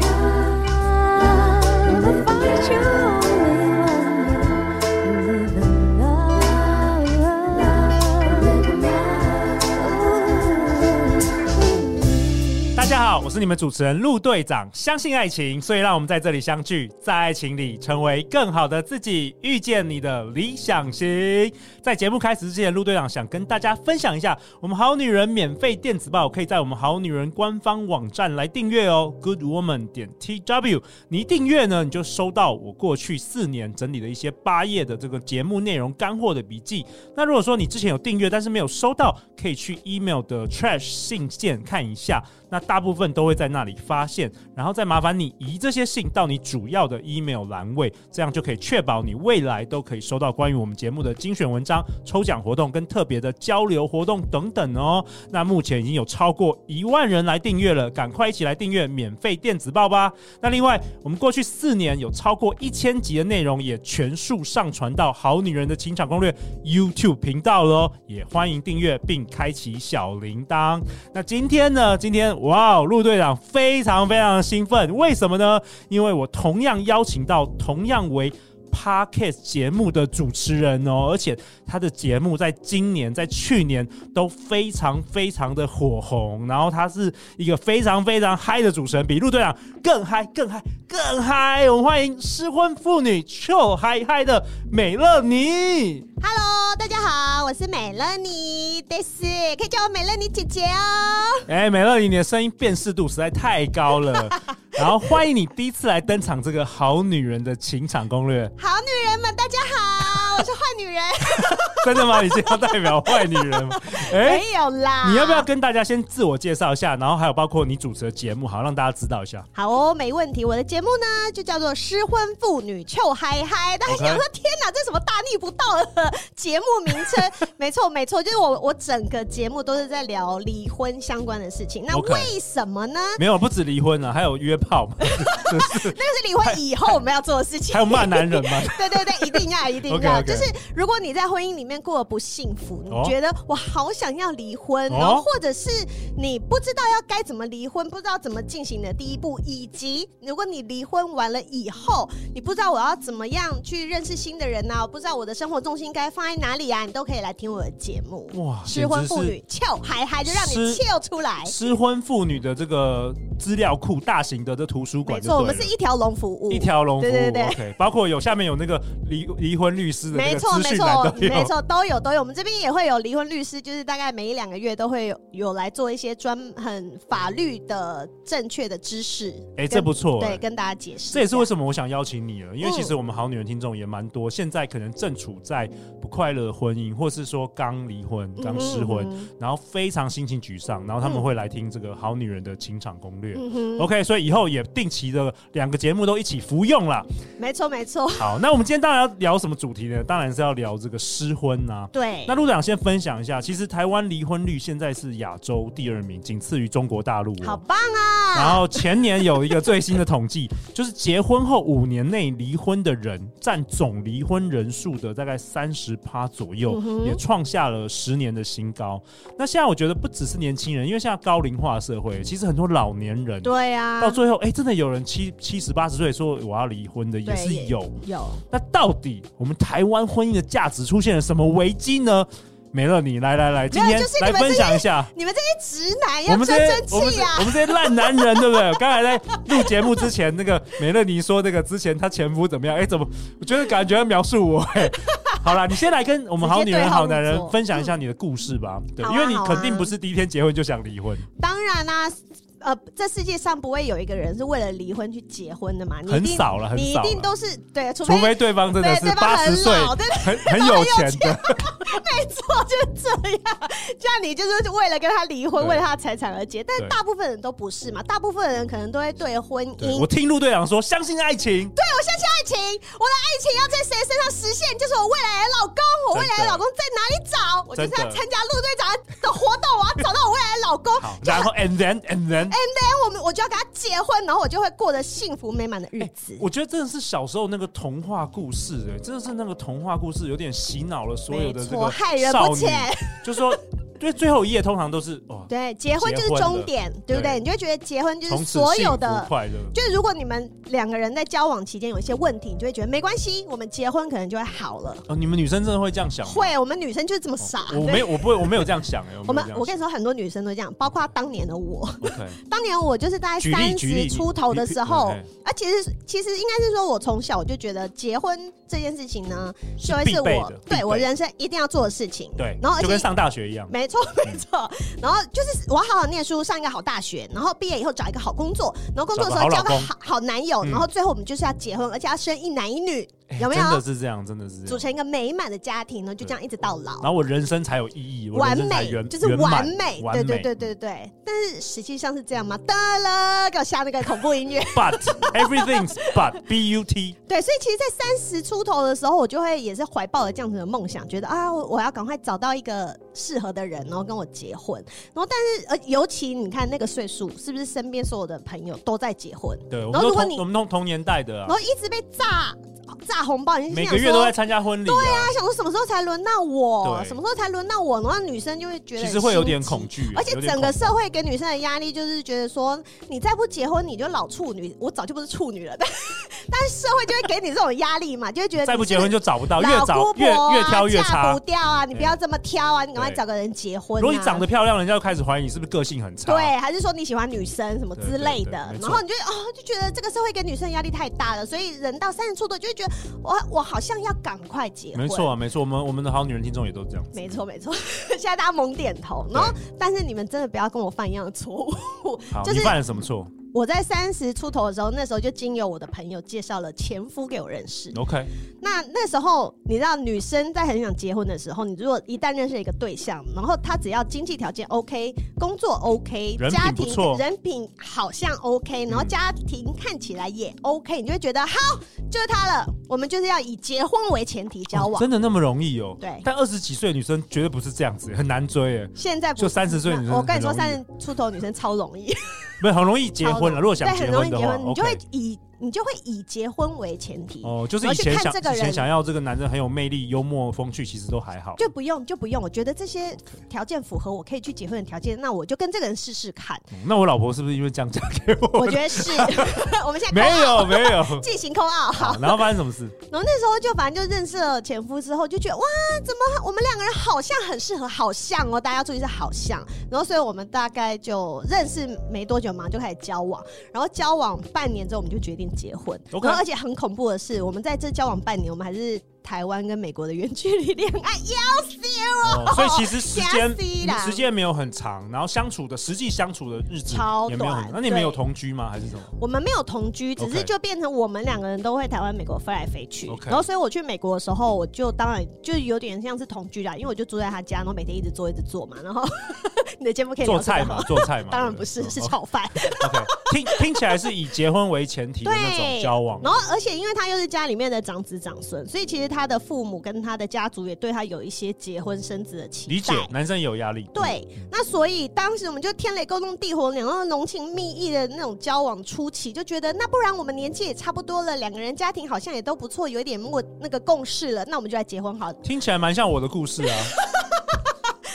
Love, find you only one. Live in love, live in love. 大家好，我是你们主持人陆队长。相信爱情，所以让我们在这里相聚，在爱情里成为更好的自己，遇见你的理想型。在节目开始之前，陆队长想跟大家分享一下，我们好女人免费电子报可以在我们好女人官方网站来订阅哦，Good Woman 点 T W。你一订阅呢，你就收到我过去四年整理的一些八页的这个节目内容干货的笔记。那如果说你之前有订阅，但是没有收到，可以去 email 的 trash 信件看一下。那大部分都会在那里发现，然后再麻烦你移这些信到你主要的 email 栏位，这样就可以确保你未来都可以收到关于我们节目的精选文章、抽奖活动跟特别的交流活动等等哦。那目前已经有超过一万人来订阅了，赶快一起来订阅免费电子报吧！那另外，我们过去四年有超过一千集的内容，也全数上传到《好女人的情场攻略》YouTube 频道喽、也欢迎订阅并开启小铃铛。那今天呢？今天哇，哦，陆队长非常非常兴奋，为什么呢？因为我同样邀请到同样为 Podcast 节目的主持人哦，而且他的节目在今年、在去年都非常非常的火红，然后他是一个非常非常嗨的主持人，比陆队长更嗨、更嗨、更嗨。我们欢迎失婚妇女臭嗨嗨的美乐妮。 Hello，大家好，我是美乐妮，但是可以叫我美乐妮姐姐哦。哎、美乐你的声音辨识度实在太高 了。然后欢迎你第一次来登场这个好女人的情场攻略，好女人们，大家好，我是坏女 人，真的吗？你是要代表坏女人 吗？哎、没有啊啦。你要不要？跟大家先自我介绍一下？然后还有包括你主持的节目，好让大家知道一下。好哦，没问题。我的节目呢，就叫做《失婚妇女臭嗨嗨》。大家 OK 想说，天哪，这什么大逆不道的节目名称？没错，没错，就是我，我整个节目都是在聊离婚相关的事情。那 OK 为什么呢？没有，不止离婚啊了，还有约炮 嘛，那个是离婚以后我们要做的事情。还有骂男人嘛。对对对，一定要，一定要。 OK，OK 就是如果你在婚姻里面过得不幸福，你哦觉得我好想要离婚，哦然后或者是你不知道要该怎么离婚，不知道怎么进行你的第一步，以及如果你离婚完了以后，你不知道我要怎么样去认识新的人啊呢、我不知道我的生活重心该放在哪里啊，你都可以来听我的节目。哇， 失婚妇女，翘嗨嗨，就让你失翘出来。失婚妇女的这个资料库，大型的这图书没馆就对错，了，我们是一条龙服务，一条龙服务。对对对 OK，包括有下面有那个离离婚律师的那没个错，资没讯栏错，都有。没错，都有都有。我们这边也会有离婚律师，就是大概每一两个月都会有有来做一些专很法律的正确的知识。哎、跟这不错、对，哎跟大家解释。这也是为什什么我想邀请你了，因为嗯其实我们好女人听众也蛮多，现在可能正处在不快乐的婚姻，或是说刚离婚、刚失婚，然后非常心情沮丧，然后他们嗯会来听这个好女人的情场攻略。嗯哼， OK，所以以后也定期的两个节目都一起服用啦。没错，没错，好，那我们今天当然要聊什么主题呢？当然是要聊这个失婚呐、对那。陆长先分享一下，其实台湾离婚率现在是亚洲第二名，仅次于中国大陆、哦。好棒 然啊！后前年有一个最新的统计， 就是结婚后五年内离婚的人占总离婚人数的大概三十趴左右嗯，哼也创下了十年的新高。那现在我觉得不只是年轻人，因为现在高龄化社会，其实很多老年人对啊，到最后，哎，真的有人七七十八十岁说我要离婚的也对是也有。有那到底我们台湾婚姻的价值出现了什么危机呢？美乐你来来来，今天就是你来们分这享一下。你们这些直我男哎要们争这些我争们气这啊我！们这些烂男人，对不 对？刚才在录节目之前，那个美乐妮说那个之前她前夫怎么样？哎，怎么？我觉得感觉要描述我哎、 好啦，你先来跟我们好女人、好男人分享一下你的故事吧。对，好啊因为你肯定不是第一天结婚就想离婚，当然啦、呃，这世界上不会有一个人是为了离婚去结婚的嘛，你一很定，少了，很你一少定了。都是对，除除非非对方真的是啊对对方八十岁很老对，很很有钱的，没错，就是这样。这样你就是为了跟他离婚，对为了他的财产而结，但是对大部分人都不是嘛，大部分人可能都会对婚姻、对我听陆队长说，相信爱情，对我相信爱情，我的爱情要在谁身上实现？就是我未来的老公，我未来的老公在哪里找？我就是要真的参加陆队长的活动，我要找到我未来的老公，好，就然很后 and then and then，哎，我们我就要跟他结婚，然后我就会过得幸福美满的日子。我觉得真的是小时候那个童话故事、哎，真的是那个童话故事有点洗脑了所有的这没错个害人少不女浅，就说对最后一页通常都是哦，对，结婚就是结婚终了点，对不对对？你就会觉得结婚就从是此所幸有福的快乐，就是如果你们两个人在交往期间有一些问题，你就会觉得没关系，我们结婚可能就会好了。哦，你们女生真的会这样想吗？哦会，我们女生就是这么傻。我对没有，我不会，我没有这样想哎、我没们有我跟你说，很多女生都这样，包括当年的我。这样想 OK， 当年我就是大概举例三举例十你出头的你时候嗯，啊，其实其实应该是说，我从小就觉得结婚这件事情呢，就会必是备我的必备对我人生一定要做的事情。对，然后而就跟且上大学一样，没错， 没错。然后就是我要好好念书，上一个好大学，然后毕业以后找一个好工作，然后工作的时候找交个个好老公好好男友，嗯然后最后我们就是要结婚，而且要生一男一女，哎有没有真的是这样，真的是这组样。成一个美满的家庭呢，就这样一直到老然。后我人生才有意义，我人完生才美圆，就是圆满完美，完对美，对对对对。但是实际上是这样吗？得了，给我下那个恐怖音乐。 But everything's but B U T，对，所以其实，在三十出头的时候，我就会也是怀抱了这样子的梦想，觉得啊，我我要赶快找到一个适合的人，然后跟我结婚。然后，但是呃，尤其你看那个岁数，是不是身边所有的朋友都在结婚，对，我们然都后如果同你我们同同年代的、然啊，后一直被炸炸红包，你就每心个想月都 在说。参加婚礼、啊，对啊，想说什么时候才轮到我？对什么时候才轮到我？然后女生就会觉得其很实会有点心急恐惧，啊而且有点整个恐社会给女生的压力就是觉得说，你再不结婚你就老处女，我早就不是处女了，但 但是社会就会给你这种压力嘛，就会觉得再不结婚就就找不到，哦越老找姑越婆啊，越挑越嫁差不。掉啊，你不要这么挑啊，你赶快对找个人结婚、啊。如果你长得漂亮，人家就开始怀疑你是不是个性很差。对，还是说你喜欢女生什么之类的对对对没，错然后你就哦就觉得这个社会给女生压力太大了，所以人到三十出头就会觉得我我好像要赶快结婚。没错啊，没错，我们我们的好女人听众也都这样子。没错没错， 现在大家猛点头，然后但是你们真的不要跟我犯一样的错误好，，就你是犯了什么错我在三十出头的时候，那时候就经由我的朋友介绍了前夫给我认识。 ？OK，那那时候你知道，女生在很想结婚的时候，你如果一旦认识一个对象，然后他只要经济条件 OK，工作 OK，人品家不庭错人品好像 OK，然后嗯家庭看起来也 OK，你就会觉得好，就是他了。我们就是要以结婚为前提交哦往。真的那么容易哦？对但二十几岁的女生绝对不是这样子，很难追哎，现在不就30岁女生我跟你说，很容三易十出头女生超容易，不是很容易 结婚了。如果对，想结很容易婚结的话哦婚，你就会 OK 以你就会以结婚为前提。哦，就是然以后去前看想这个以前人想要这个男生很有魅力、幽默、风趣，其实都还好。就不用就不用，我觉得这些条件符合我可以去结婚的条件，那我就跟这个人试试看。嗯那我老婆是不是因为这样嫁给我 我的？觉得是，我们现在没有没有。进行扣二好，好，然后发生什么事？然后那时候就反正就认识了前夫之后，就觉得哇，怎么我们两个人好像很适合，好像哦，大家要注意是好像。然后所以我们大概就认识没多久嘛，就开始交往。然后交往半年之后，我们就决定结婚。 OK 然后而且很恐怖的是，我们在这交往半年，我们还是台湾跟美国的远距离恋爱，要死我！哦，所以其实时间 吓死啦时间没有很长，然后相处的实际相处的日子超也没有很短那你们对有同居吗？还是什么？我们没有同居，只 OK 是就变成我们两个人都会台湾、美国飞来飞去。 OK 然后，所以我去美国的时候，我就当然就有点像是同居啦，因为我就住在他家，然后每天一直做一直做嘛。然后 你的节目可以做聊这个菜吗嘛，做菜嘛。 当然对不是，对是哦炒饭。 OK，听听起来是以结婚为前提的那种对，交往。然后，而且因为他又是家里面的长子长孙，所以其实他的父母跟他的家族也对他有一些结婚生子的期待。理解，男生也有压力。嗯对，那所以当时我们就天雷勾动地火，两个浓情蜜意的那种交往初期，就觉得那不然我们年纪也差不多了，两个人家庭好像也都不错，有一点默那个共识了，那我们就来结婚好了。嗯听起来蛮像我的故事啊。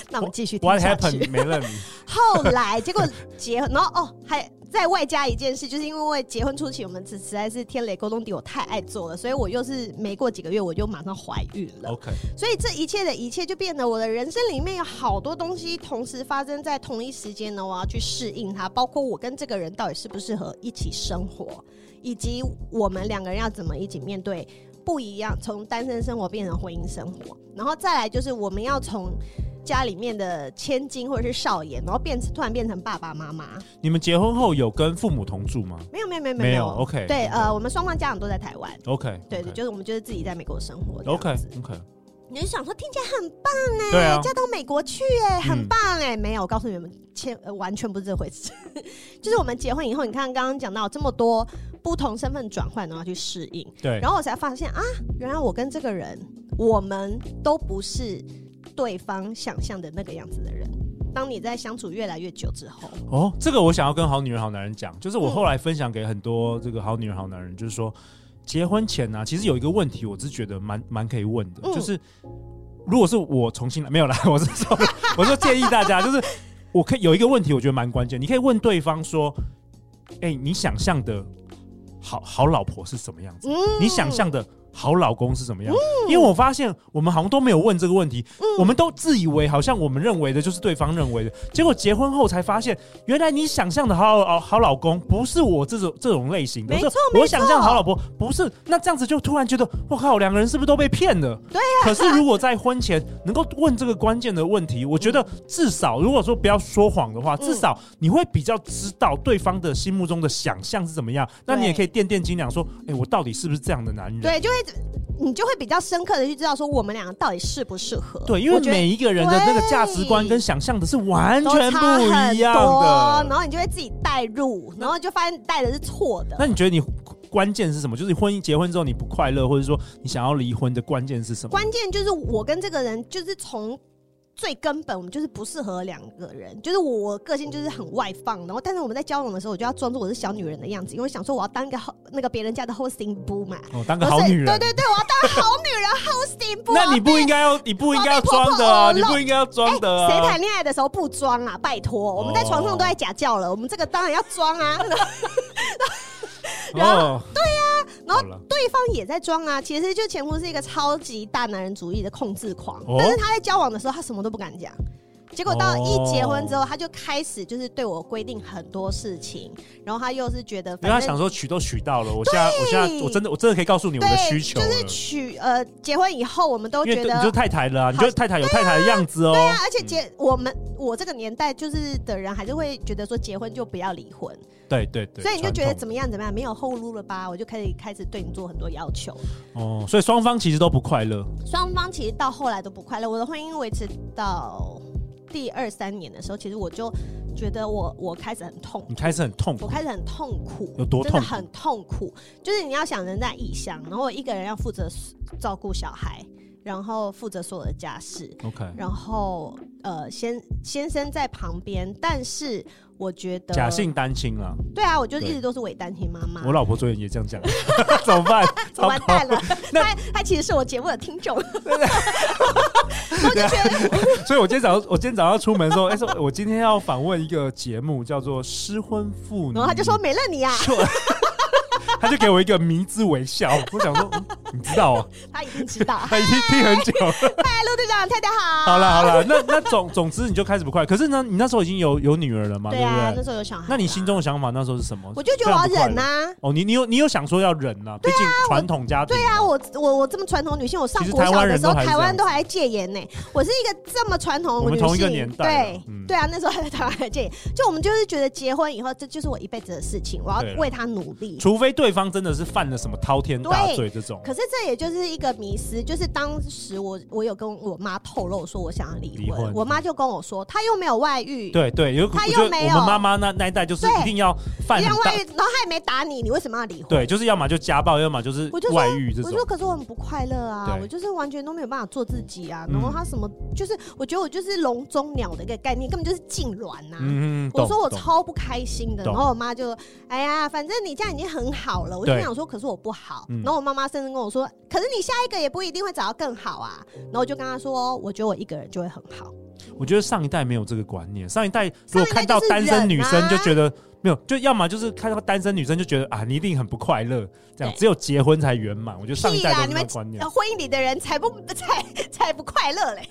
那我们继续听 What 下 去。 happened？没了 你。后来结果结，然后哦还。再外加一件事，就是因为结婚初期，我们实实在是天雷勾动地火，太爱做了，所以我又是没过几个月，我就马上怀孕了。 OK，所以这一切的一切就变得我的人生里面有好多东西同时发生在同一时间呢，我要去适应它，包括我跟这个人到底适不适合一起生活，以及我们两个人要怎么一起面对不一样，从单身生活变成婚姻生活，然后再来就是我们要从。家里面的千金或者是少爷，然后变突然变成爸爸妈妈，你们结婚后有跟父母同住吗没有没有没有没有，OK，OK 对，呃，我们双方家长都在台湾， ？OK，对对，就是我们就是自己在美国生活这样 OK 子。 OK，你就想说听起来很棒哎、对啊嫁到美国去哎、嗯很棒哎、没有，我告诉你们，千、呃完全不是这回事。 就是我们结婚以后，你看刚刚讲到这么多不同身份转换，然后去适应，对然。后我才发现啊，原来我跟这个人，我们都不是对方想象的那个样子的人。当你在相处越来越久之后，哦，这个我想要跟好女人、好男人讲，就是我后来分享给很多这个好女人、好男人，就是说，结婚前呢、其实有一个问题，我是觉得蛮蛮可以问的，嗯就是如果是我重新来，没有啦， 我是说，我说建议大家，就是我可以有一个问题，我觉得蛮关键，你可以问对方说，哎、你想象的好好老婆是什么样子？嗯，你想象的好老公是什么样？因为我发现我们好像都没有问这个问题，嗯我们都自以为好像我们认为的就是对方认为的，结果结婚后才发现，原来你想象的好好好老公不是我这种这种类型的，没错是没错我想象的好老婆不是。那这样子就突然觉得，我靠，两个人是不是都被骗了？对啊可是如果在婚前能够问这个关键的问题，我觉得至少如果说不要说谎的话，嗯至少你会比较知道对方的心目中的想象是怎么样。那你也可以掂掂斤两，说，哎、我到底是不是这样的男人？对，就会你就会比较深刻的去知道说我们两个到底适不适合。对，因为我觉得每一个人的那个价值观对跟想象的是完全都差不很一样多然的。后你就会自己带入，然后就发现你带的是错的。那你觉得你关键是什么？就是你婚姻结婚之后你不快乐，或者说你想要离婚的关键是什么？关键就是我跟这个人就是从。最根本，我们就是不适合两个人。就是我个性就是很外放，然后但是我们在交往的时候，我就要装作我是小女人的样子，因为想说我要当一个好那个别人家的 hosting 部嘛。哦，当我个是好女人。对对对，我要当好女人 hosting 部。啊那你不应该要，你不应该要装的啊！我你被婆婆不应该要装的啊！哎谁谈恋爱的时候不装啦？拜托，我们在床上都在假叫了，我们这个当然要装啊。然哦，对呀、啊然后好了对方也在装啊，其实就前夫是一个超级大男人主义的控制狂，哦但是他在交往的时候，他什么都不敢讲。结果到一结婚之后，他就开始就是对我规定很多事情，然后他又是觉得因为他反想正说娶都娶到了，我现在我现在我真的我真的可以告诉你我的需求就了，是娶呃结婚以后，我们都嗯因觉为你就是得。太太了、啊，你就是太太有太太的样子哦。对啊，而且结、我们我这个年代就是的人还是会觉得说结婚就不要离婚，对对对，所以你就觉得怎么么样怎么样没有后路了吧？我就开始开始对你做很多要求，哦？所以双方其实都不快乐。双方其实到后来都不快乐。我的婚姻维持到第二三年的时候，其实我就觉得我我开始很痛你，开始很痛苦，我开始很痛苦，嗯有多真的痛苦很痛苦。就是你要想人在异乡，然后我一个人要负责照顾小孩，然后负责所有的家事， OK，然后呃先先生在旁边，但是我觉得假性单亲啊，对啊，我就对一直都是伪单亲妈妈我。老婆昨天也这样讲， 怎么 办？糟完蛋糕！了，那 他他其实是我节目的听众， 我就觉得所以我今天早上我今天早上出门的时候，哎、说我今天要访问一个节目，叫做《失婚妇女》，然后他就说没了你 啊，就他就给我一个迷之微笑，我想说，嗯你知道啊，他一定知道。他已经听很 久了。嗨，陆队长，太太 好。好了好了，那那总总之你就开始不快乐。可是呢，你那时候已经有有女儿了嘛，对不啊，那对？时候有小孩。那你心，中的想法那时候是什么？我就觉得我要忍啊。呐。哦，你你有你有想说要忍啊，毕竟传统家庭。对啊，我我我这么传统女性，我上其实国台小湾的人时候，都还是台湾这样都还戒严呢。我是一个这么传统我的们女同一个性，年代对了嗯对啊，那时候还在台湾还戒严，就我们就是觉得结婚以后，这就是我一辈子的事情，我要对了为他努力。除非对方真的是犯了什么滔天大罪这种。可是这也就是一个迷思，就是当时我我有跟我妈透露说我想要离离婚，婚我妈就跟我说，她又没有外遇，对对，有他我又觉得没我有们妈妈那那一代就是对一定要犯一很样大外遇，，然后她也没打你，你为什么要离婚？对，就是要么就家暴，要么就是我就说外遇这种我就。说，可是我很不快乐啊，对我就是完全都没有办法做自己啊。嗯然后他什么，就是我觉得我就是笼中鸟的一个概念，根本就是痉挛呐。嗯，我懂说我懂超不开心的，懂然后我妈就，哎呀，反正你这样已经很好了。我就对想说，可是我不好。嗯然后我妈妈甚至跟我说，可是你下一个也不一定会找到更好啊。嗯然后我就跟她说，我觉得我一个人就会很好。我觉得上一代没有这个观念，上一代如上果一代看到就是单身女忍啊生就觉得、没有，就要么就是看到单身女生就觉得啊，你一定很不快乐，这样对只有结婚才圆满。我觉得上一屁代啦，都你没有们哦观念，婚姻里的人才不 才才不快乐嘞，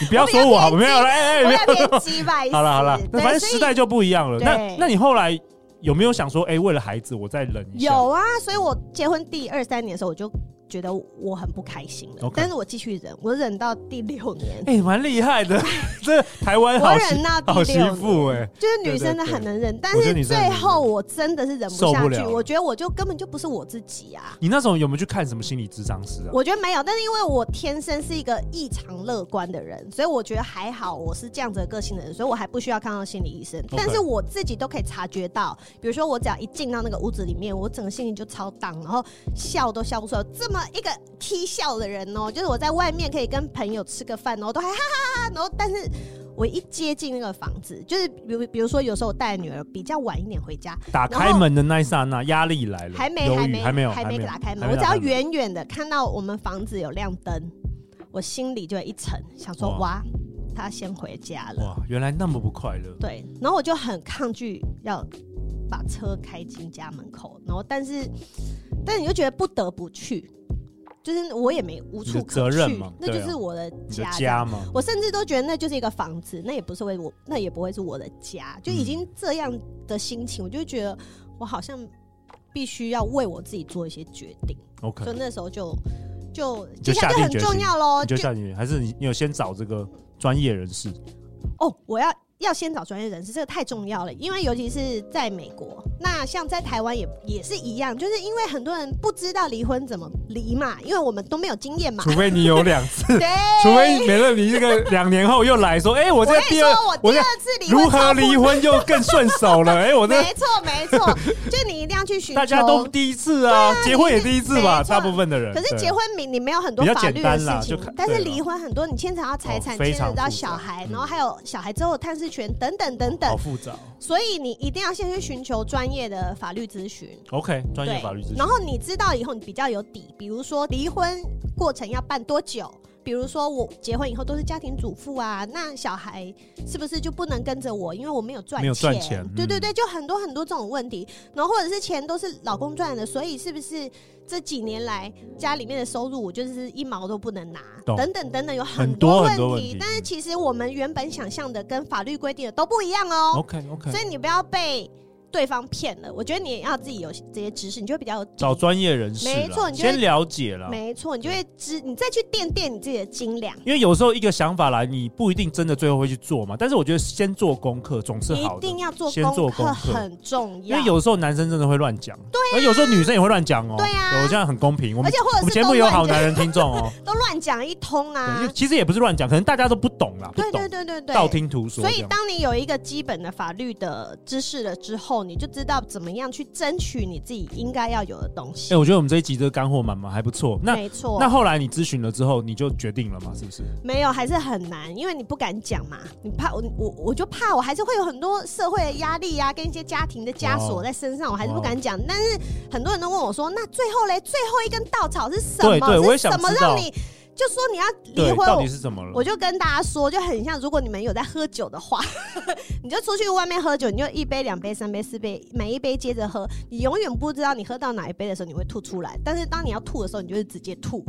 你不要说我好，我没有了，哎哎，不要我在边说。鸡吧。 好了好了，那对反正所以时代就不一样了。那对那你后来有没有想说，哎、为了孩子我再忍一下？有啊，所以我结婚第二三年的时候，我就觉得我很不开心了 OK 但是我继续忍，我忍到第六年，哎、蛮厉害的， 这台湾 我好媳忍到第好媳六年。妇哎、就是女生的很能忍，但我觉得是女生最很能忍后我真的是忍不受下不去，了我觉得我就根本就不是我自己啊。你那时候有没有去看什么心理咨商师啊？我觉得没有，但是因为我天生是一个异常乐观的人，所以我觉得还好，我是这样子的个性的人，所以我还不需要看到心理医生。 OK 但是我自己都可以察觉到，比如说我只要一进到那个屋子里面，我整个心情就超荡，然后笑都笑不出来。这么一个 T 笑的人哦、就是我在外面可以跟朋友吃个饭，然后都还哈哈哈，然后但是。我一接近那个房子，就是比如比如说有时候我带女儿比较晚一点回家，打开门的那一刹那，压力来了，还没犹豫还没还没有还没有打开还门，没我只打要开门远远的看到我们房子有亮灯，我心里就会一沉，想说哇哇，她先回家了。哇，原来那么不快乐，对，然后我就很抗拒要把车开进家门口，然后但是但你就觉得不得不去，就是我也没无处你的可去，责任嘛那就对是啊我的你的家这样。家嘛，我甚至都觉得那就是一个房子，那也不是为我，那也不会是我的家，就已经这样的心情，我就觉得我好像必须要为我自己做一些决定， OK，所以那时候就就就接下来就下定很决重心要喽，你就下定决还是你你有先找这个专业人士哦，我要要先找专业人士，这个太重要了，因为尤其是在美国，那像在台湾也也是一样，就是因为很多人不知道离婚怎么离嘛，因为我们都没有经验嘛除。非你有两次， 对，除非美乐你这个两年后又来说，哎、我我这跟个你第二说，我，这第二次 离婚如何超复离婚又更顺手了，哎、我这 没错没错， 就你一定要去寻求。大家都第一次啊，结婚也第一次吧，没错大部分的人。可是对结婚你你没有很多比较法简律的单啦事就情看，但是对啦离婚很多，你牵扯到财产哦，非牵常扯到复杂小孩，嗯然后还有小孩之后探视权等等等好等，复杂哦。所以你一定要先去寻求专业的法律咨询。 OK，专对，业法律咨询然。后你知道以后，你比较有底。比如说离婚过程要办多久？比如说我结婚以后都是家庭主妇啊，那小孩是不是就不能跟着我？因为我没有赚钱。没有赚钱对对嗯对，就很多很多这种问题。然后或者是钱都是老公赚的，所以是不是这几年来家里面的收入我就是一毛都不能拿？懂等等等等，有很很多很问多问题题。但是其实我们原本想象的跟法律规定的都不一样哦。 OK OK，所以你不要被对方骗了。我觉得你也要自己有这些知识，你就会比较有底找专业人士啦，没错你就会先了解了。没错，你就会知，你再去垫垫你自己的斤两，因为有时候一个想法来，你不一定真的最后会去做嘛。但是我觉得先做功课总是你好一的，定要做先做功课，课很重因要。啊为有时候男生真的会乱讲，对、而有时候女生也会乱讲哦。对啊我这样很公平。我而们且或我者们是节都目有好乱讲男人听众 哦，都乱讲一通对因啊为，其实也不是乱讲，可能大家都不懂啦，不对懂对对对对，道听途说所这样。以，当你有一个基本的法律的知识了之后，你就知道怎么样去争取你自己应该要有的东哎、西。我觉得我们这一集这个干货满满，还不错。那没错，那后来你咨询了之后，你就决定了嘛？是不是？没有还是很难，因为你不敢讲嘛，你怕我我我就怕我还是会有很多社会的压力啊呀、跟一些家庭的枷哇哦锁在身上，我还是哇不哦敢讲。但是很多人都问我说，那最后嘞，最后一根稻草是什对么？对我也是想什么知道让你就说你要离对，婚？到底我是怎么了？我就跟大家说，就很像，如果你们有在喝酒的话， 你就出去外面喝酒，你就一杯、两杯、三杯、四杯，每一杯接着喝，你永远不知道你喝到哪一杯的时候你会吐出来，但是当你要吐的时候，你就是直接吐。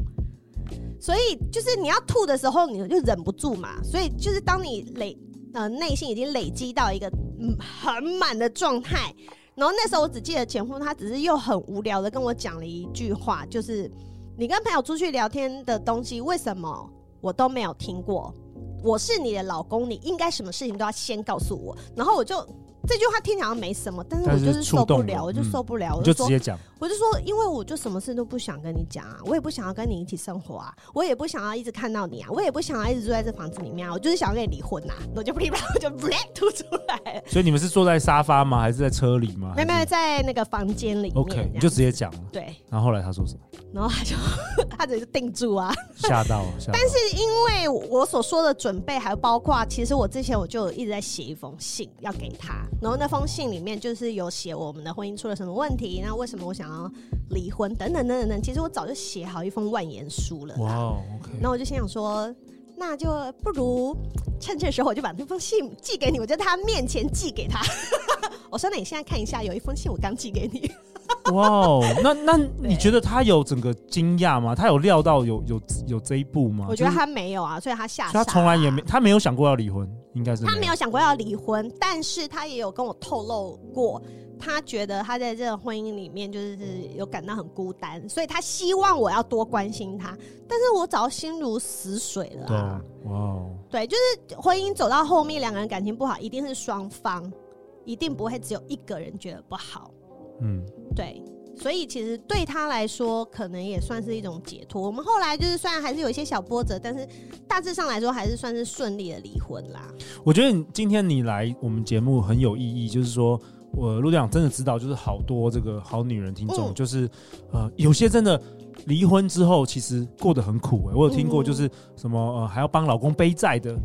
所以就是你要吐的时候，你就忍不住嘛。所以就是当你累呃内心已经累积到一个嗯很满的状态，然后那时候我只记得前夫他只是又很无聊的跟我讲了一句话，就是你跟朋友出去聊天的东西，为什么我都没有听过？我是你的老公，你应该什么事情都要先告诉我。然后我就这句话听起来好像没什么，但是我但是就是受触动不了，了我就嗯受不了，我你就说直接讲，我就说，因为我就什么事都不想跟你讲啊，我也不想要跟你一起生活啊，我也不想要一直看到你啊，我也不想要一直住在这房子里面啊，我就是想要跟你离婚呐、啊，我就我 就吐出来了，所以你们是坐在沙发吗？还是在车里吗？没有没还有是在那个房间里面这，OK，样你就直接讲了。对，然后后来他说 什么？然后他就他只是定住啊，吓到了，吓到了。但是是因为我所说的准备，还包括其实我之前我就一直在写一封信要给他，然后那封信里面就是有写我们的婚姻出了什么问题，那为什么我想要离婚等等等等等，其实我早就写好一封万言书了啦。哇哦，OK，然后我就心想说，那就不如趁这时候我就把那封信寄给你，我就在他面前寄给他。 我说，那你现在看一下，有一封信我刚寄给你。哇哦，那那你觉得他有整个惊讶吗？他有料到有有有这一步吗？我觉得哦就是他没有啊，所以他吓所以傻、他从来也没，。他没有想过要离婚，应该是他没有想过要离婚，但是他也有跟我透露过，他觉得他在这个婚姻里面就是有感到很孤单，所以他希望我要多关心他。但是我早心如死水了、对，啊，哇哦，对，就是婚姻走到后面，两个人感情不好，一定是双方，一定不会只有一个人觉得不好。嗯，对，所以其实对他来说，可能也算是一种解脱。我们后来就是虽然还是有一些小波折，但是大致上来说还是算是顺利的离婚啦。我觉得你今天你来我们节目很有意义，就是说。我陆队长真的知道，就是好多这个好女人听众，嗯就是呃，有些真的离嗯婚之后，其实过得很苦、欸。我有听过，就是什么、呃，还要帮老公背债的，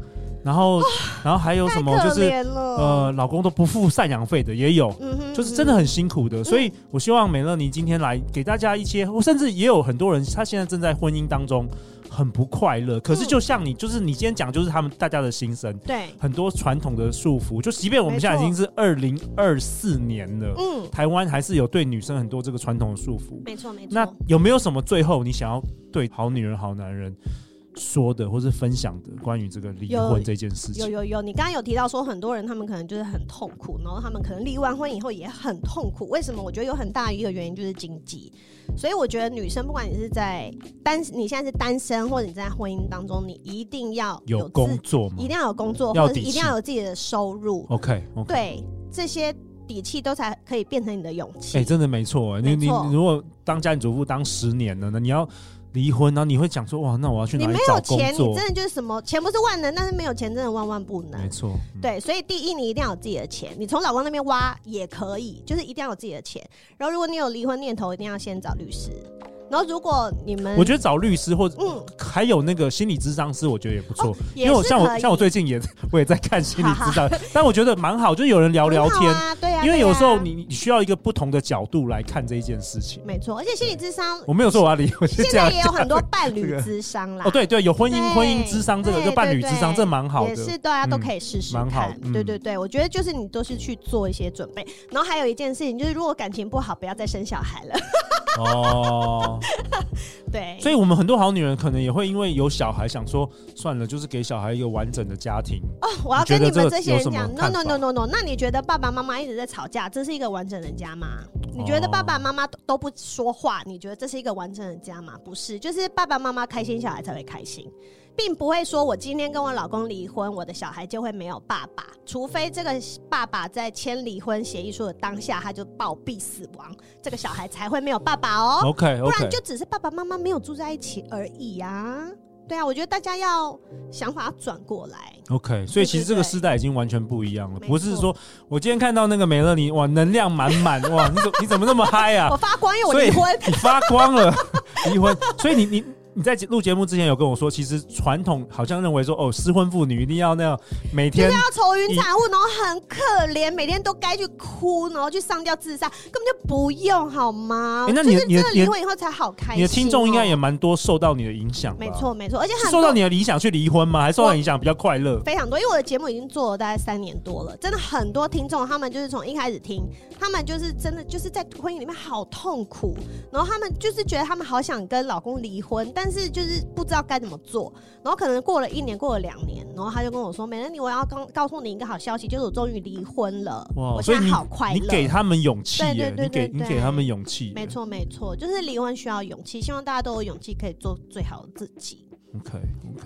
然后然后还有什么哦太就可是怜了，呃，老公都不付赡养费的也有。嗯哼就是真的很辛苦的，所以我希望美乐妮今天来给大家一些，甚至也有很多人他现在正在婚姻当中很不快乐，可嗯是就像你，就是你今天讲，就是他们大家的心声，对，很多传统的束缚，就即便我们现在已经是二零二四年了，嗯，台湾还是有对女生很多这个传统的束缚。没错没那错。有没有什么最后你想要对好女人、好男人说的，或是分享的关于这个离有婚这件事有情？有有，你刚刚有提到说很多人他们可能就是很痛苦，然后他们可能离完婚以后也很痛苦。为什么？我觉得有很大一个原因就是经济。所以我觉得女生不管你是在单，你现在是单身，或者你在婚姻当中，你一定要有自工，作吗一定要有工作，要或者是底一定气要有自己的收入。 ？OK OK。对，这些底气都才可以变成你的勇气。哎、真的没错、你你没错你如果当家庭主妇当十年了呢，你要离婚，然后你会讲说，哇，那我要去你哪里没找有工钱，你作？真的就是什么钱不是万能，但是没有钱真的万万不没能。错，嗯，对，所以第一，你一定要有自己的钱，你从老公那边挖也可以，就是一定要有自己的钱。然后，如果你有离婚念头，一定要先找律师。然后，如果你们我觉得找律师或者、嗯还有那个心理咨商师，我觉得也不错。也因为我是像可我以像我最近也 我也在看心理咨商，但我觉得蛮好，就是有人聊聊很天，好啊，对啊，因为对啊有时候你你需要一个不同的角度来看这一件事情。没错，而且心理智商我没有说我要离， 我是现这样在也有很多伴这侣个智商啦哦，。对对，有婚姻对婚姻智商这个，对就伴侣对智商，对这蛮好也的。是大家都嗯可以试试蛮好看，嗯对对对，我觉得就是你都是去做一些准备，然后还有一件事情就是，如果感情不好，不要再生小孩了， 哦，对，所以我们很多好女人可能也会因为有小孩，想说算了，就是给小孩一个完整的家庭。哦，我要跟你你觉得们这这些有人什么讲，no 看 no 法 no no no，那你觉得爸爸妈妈一直在吵架，这是一个完整的家吗？你觉得哦爸爸妈妈都都不说话，你觉得这是一个完整的家吗？不是，就是爸爸妈妈开心，小孩才会开心，并不会说我今天跟我老公离婚，我的小孩就会没有爸爸，除非这个爸爸在签离婚协议书的当下他就暴毙死亡，这个小孩才会没有爸爸哦。 OK 不然 OK，就只是爸爸妈妈没有住在一起而已啊。对啊，我觉得大家要想法转过来。 OK，所以其实这个时代已经完全不一样了，没错不是说我今天看到那个美乐妮，哇，能量满满，哇，你怎你怎么那么嗨啊 我？发光，因为我所以离婚。 你发光了，离婚。所以你你你在录节目之前有跟我说，其实传统好像认为说，哦，失婚妇女一定要那样每就天是要愁云惨雾，然后很可怜，每天都该去哭，然后去上吊自杀，根本就不用好吗？诶哎那你的就是你的真的离婚以后才好开心哦、你的听众应该也蛮多受到你的影响吧？没，错没错，而且是很受到多你的理想去离婚吗？还是受到你影响比较快乐？非常多，因为我的节目已经做了大概三年多了，真的很多听众他们就是从一开始听，他们就是真的就是在婚姻里面好痛苦，然后他们就是觉得他们好想跟老公离婚，但是就是不知道该怎么做，然后可能过了一年，过了两年，然后他就跟我说：“美人你我要告告诉你一个好消息，就是我终于离婚了，我所现以在你好快乐。”你给他们勇气耶，对对对对你给你对给他们勇气耶，没错，没错，就是离婚需要勇气，希望大家都有勇气可以做最好的自己。 ，OK，,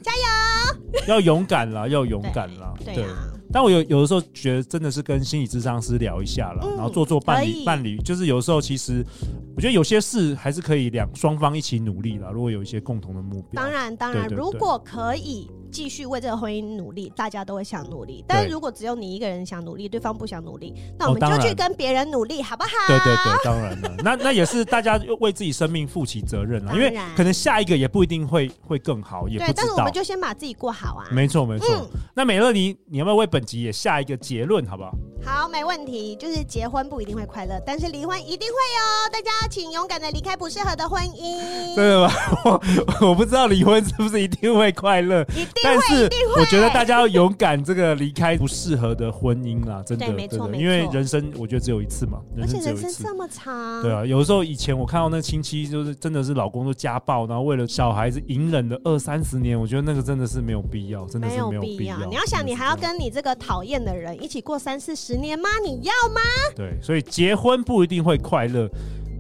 加油， 要勇敢啦，要勇敢啦，对啊，但我有有的时候觉得真的是跟心理咨商师聊一下啦，嗯然后做做伴可侣以伴侣，就是有时候其实我觉得有些事还是可以两双方一起努力啦，如果有一些共同的目标。当然，当然，对对如果可以继续为这个婚姻努力，大家都会想努力。但是如果只有你一个人想努力，对方不想努力，那我们哦当然就去跟别人努力，好不好？对对对，当然了，那那也是大家为自己生命负起责任啦，因当然为可能下一个也不一定会会更好，也不对，知但是我道们。就先把自己过好啊。没错没错，嗯那美乐妮，你要不要为本集也下一个结论，好不好？好，没问题。就是结婚不一定会快乐，但是离婚一定会哦。大家请勇敢的离开不适合的婚真姻，的吗？ 我我不知道离婚是不是一定会快乐，一定但会，一是定会。我觉得大家要勇敢，这个离开不适合的婚姻啦，真的，对没错真的没错因为人生我觉得只有一次嘛，而人且生只有人一生次。这么长，对啊，有时候以前我看到那亲戚，就是真的是老公都家暴，然后为了小孩子隐忍了二三十年，我觉得那个真的是没有必要，真的是没没有有必必要要。。你要想，你还啊要真的跟你这个讨厌的人一起过三四十年吗？你要吗？是这样对，所以结婚不一定会快乐，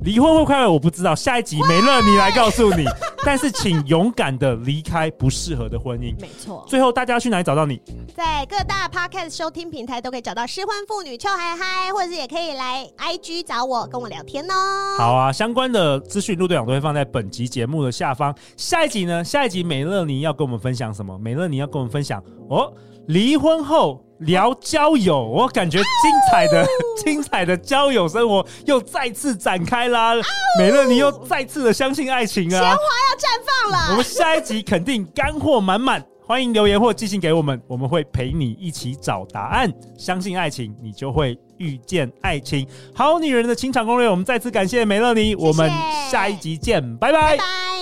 离婚会快乐，我不知道。下一集美乐你来告 诉你，但是请勇敢的离开不适合的婚姻。没错，最后大家要去哪里找到你？在各大 podcast 收听平台都可以找到失婚妇女邱嗨嗨，或者是也可以来 IG 找我跟我聊天哦。好啊，相关的资讯陆队长都会放在本集节目的下方。下一集呢？下一集美乐妮要跟我们分享什么？美乐妮要跟我们分享哦，离婚后聊交友，我感觉精彩的、精彩的交友生活又再次展开啦。美乐妮又再次的相信爱情鲜啊花！要绽放我了们，下一集肯定干货满满。欢迎留言或寄信给我们，我们会陪你一起找答案。相信爱情，你就会遇见爱情。好女人的情场攻略，我们再次感谢美乐妮，我们下一集见，拜拜拜。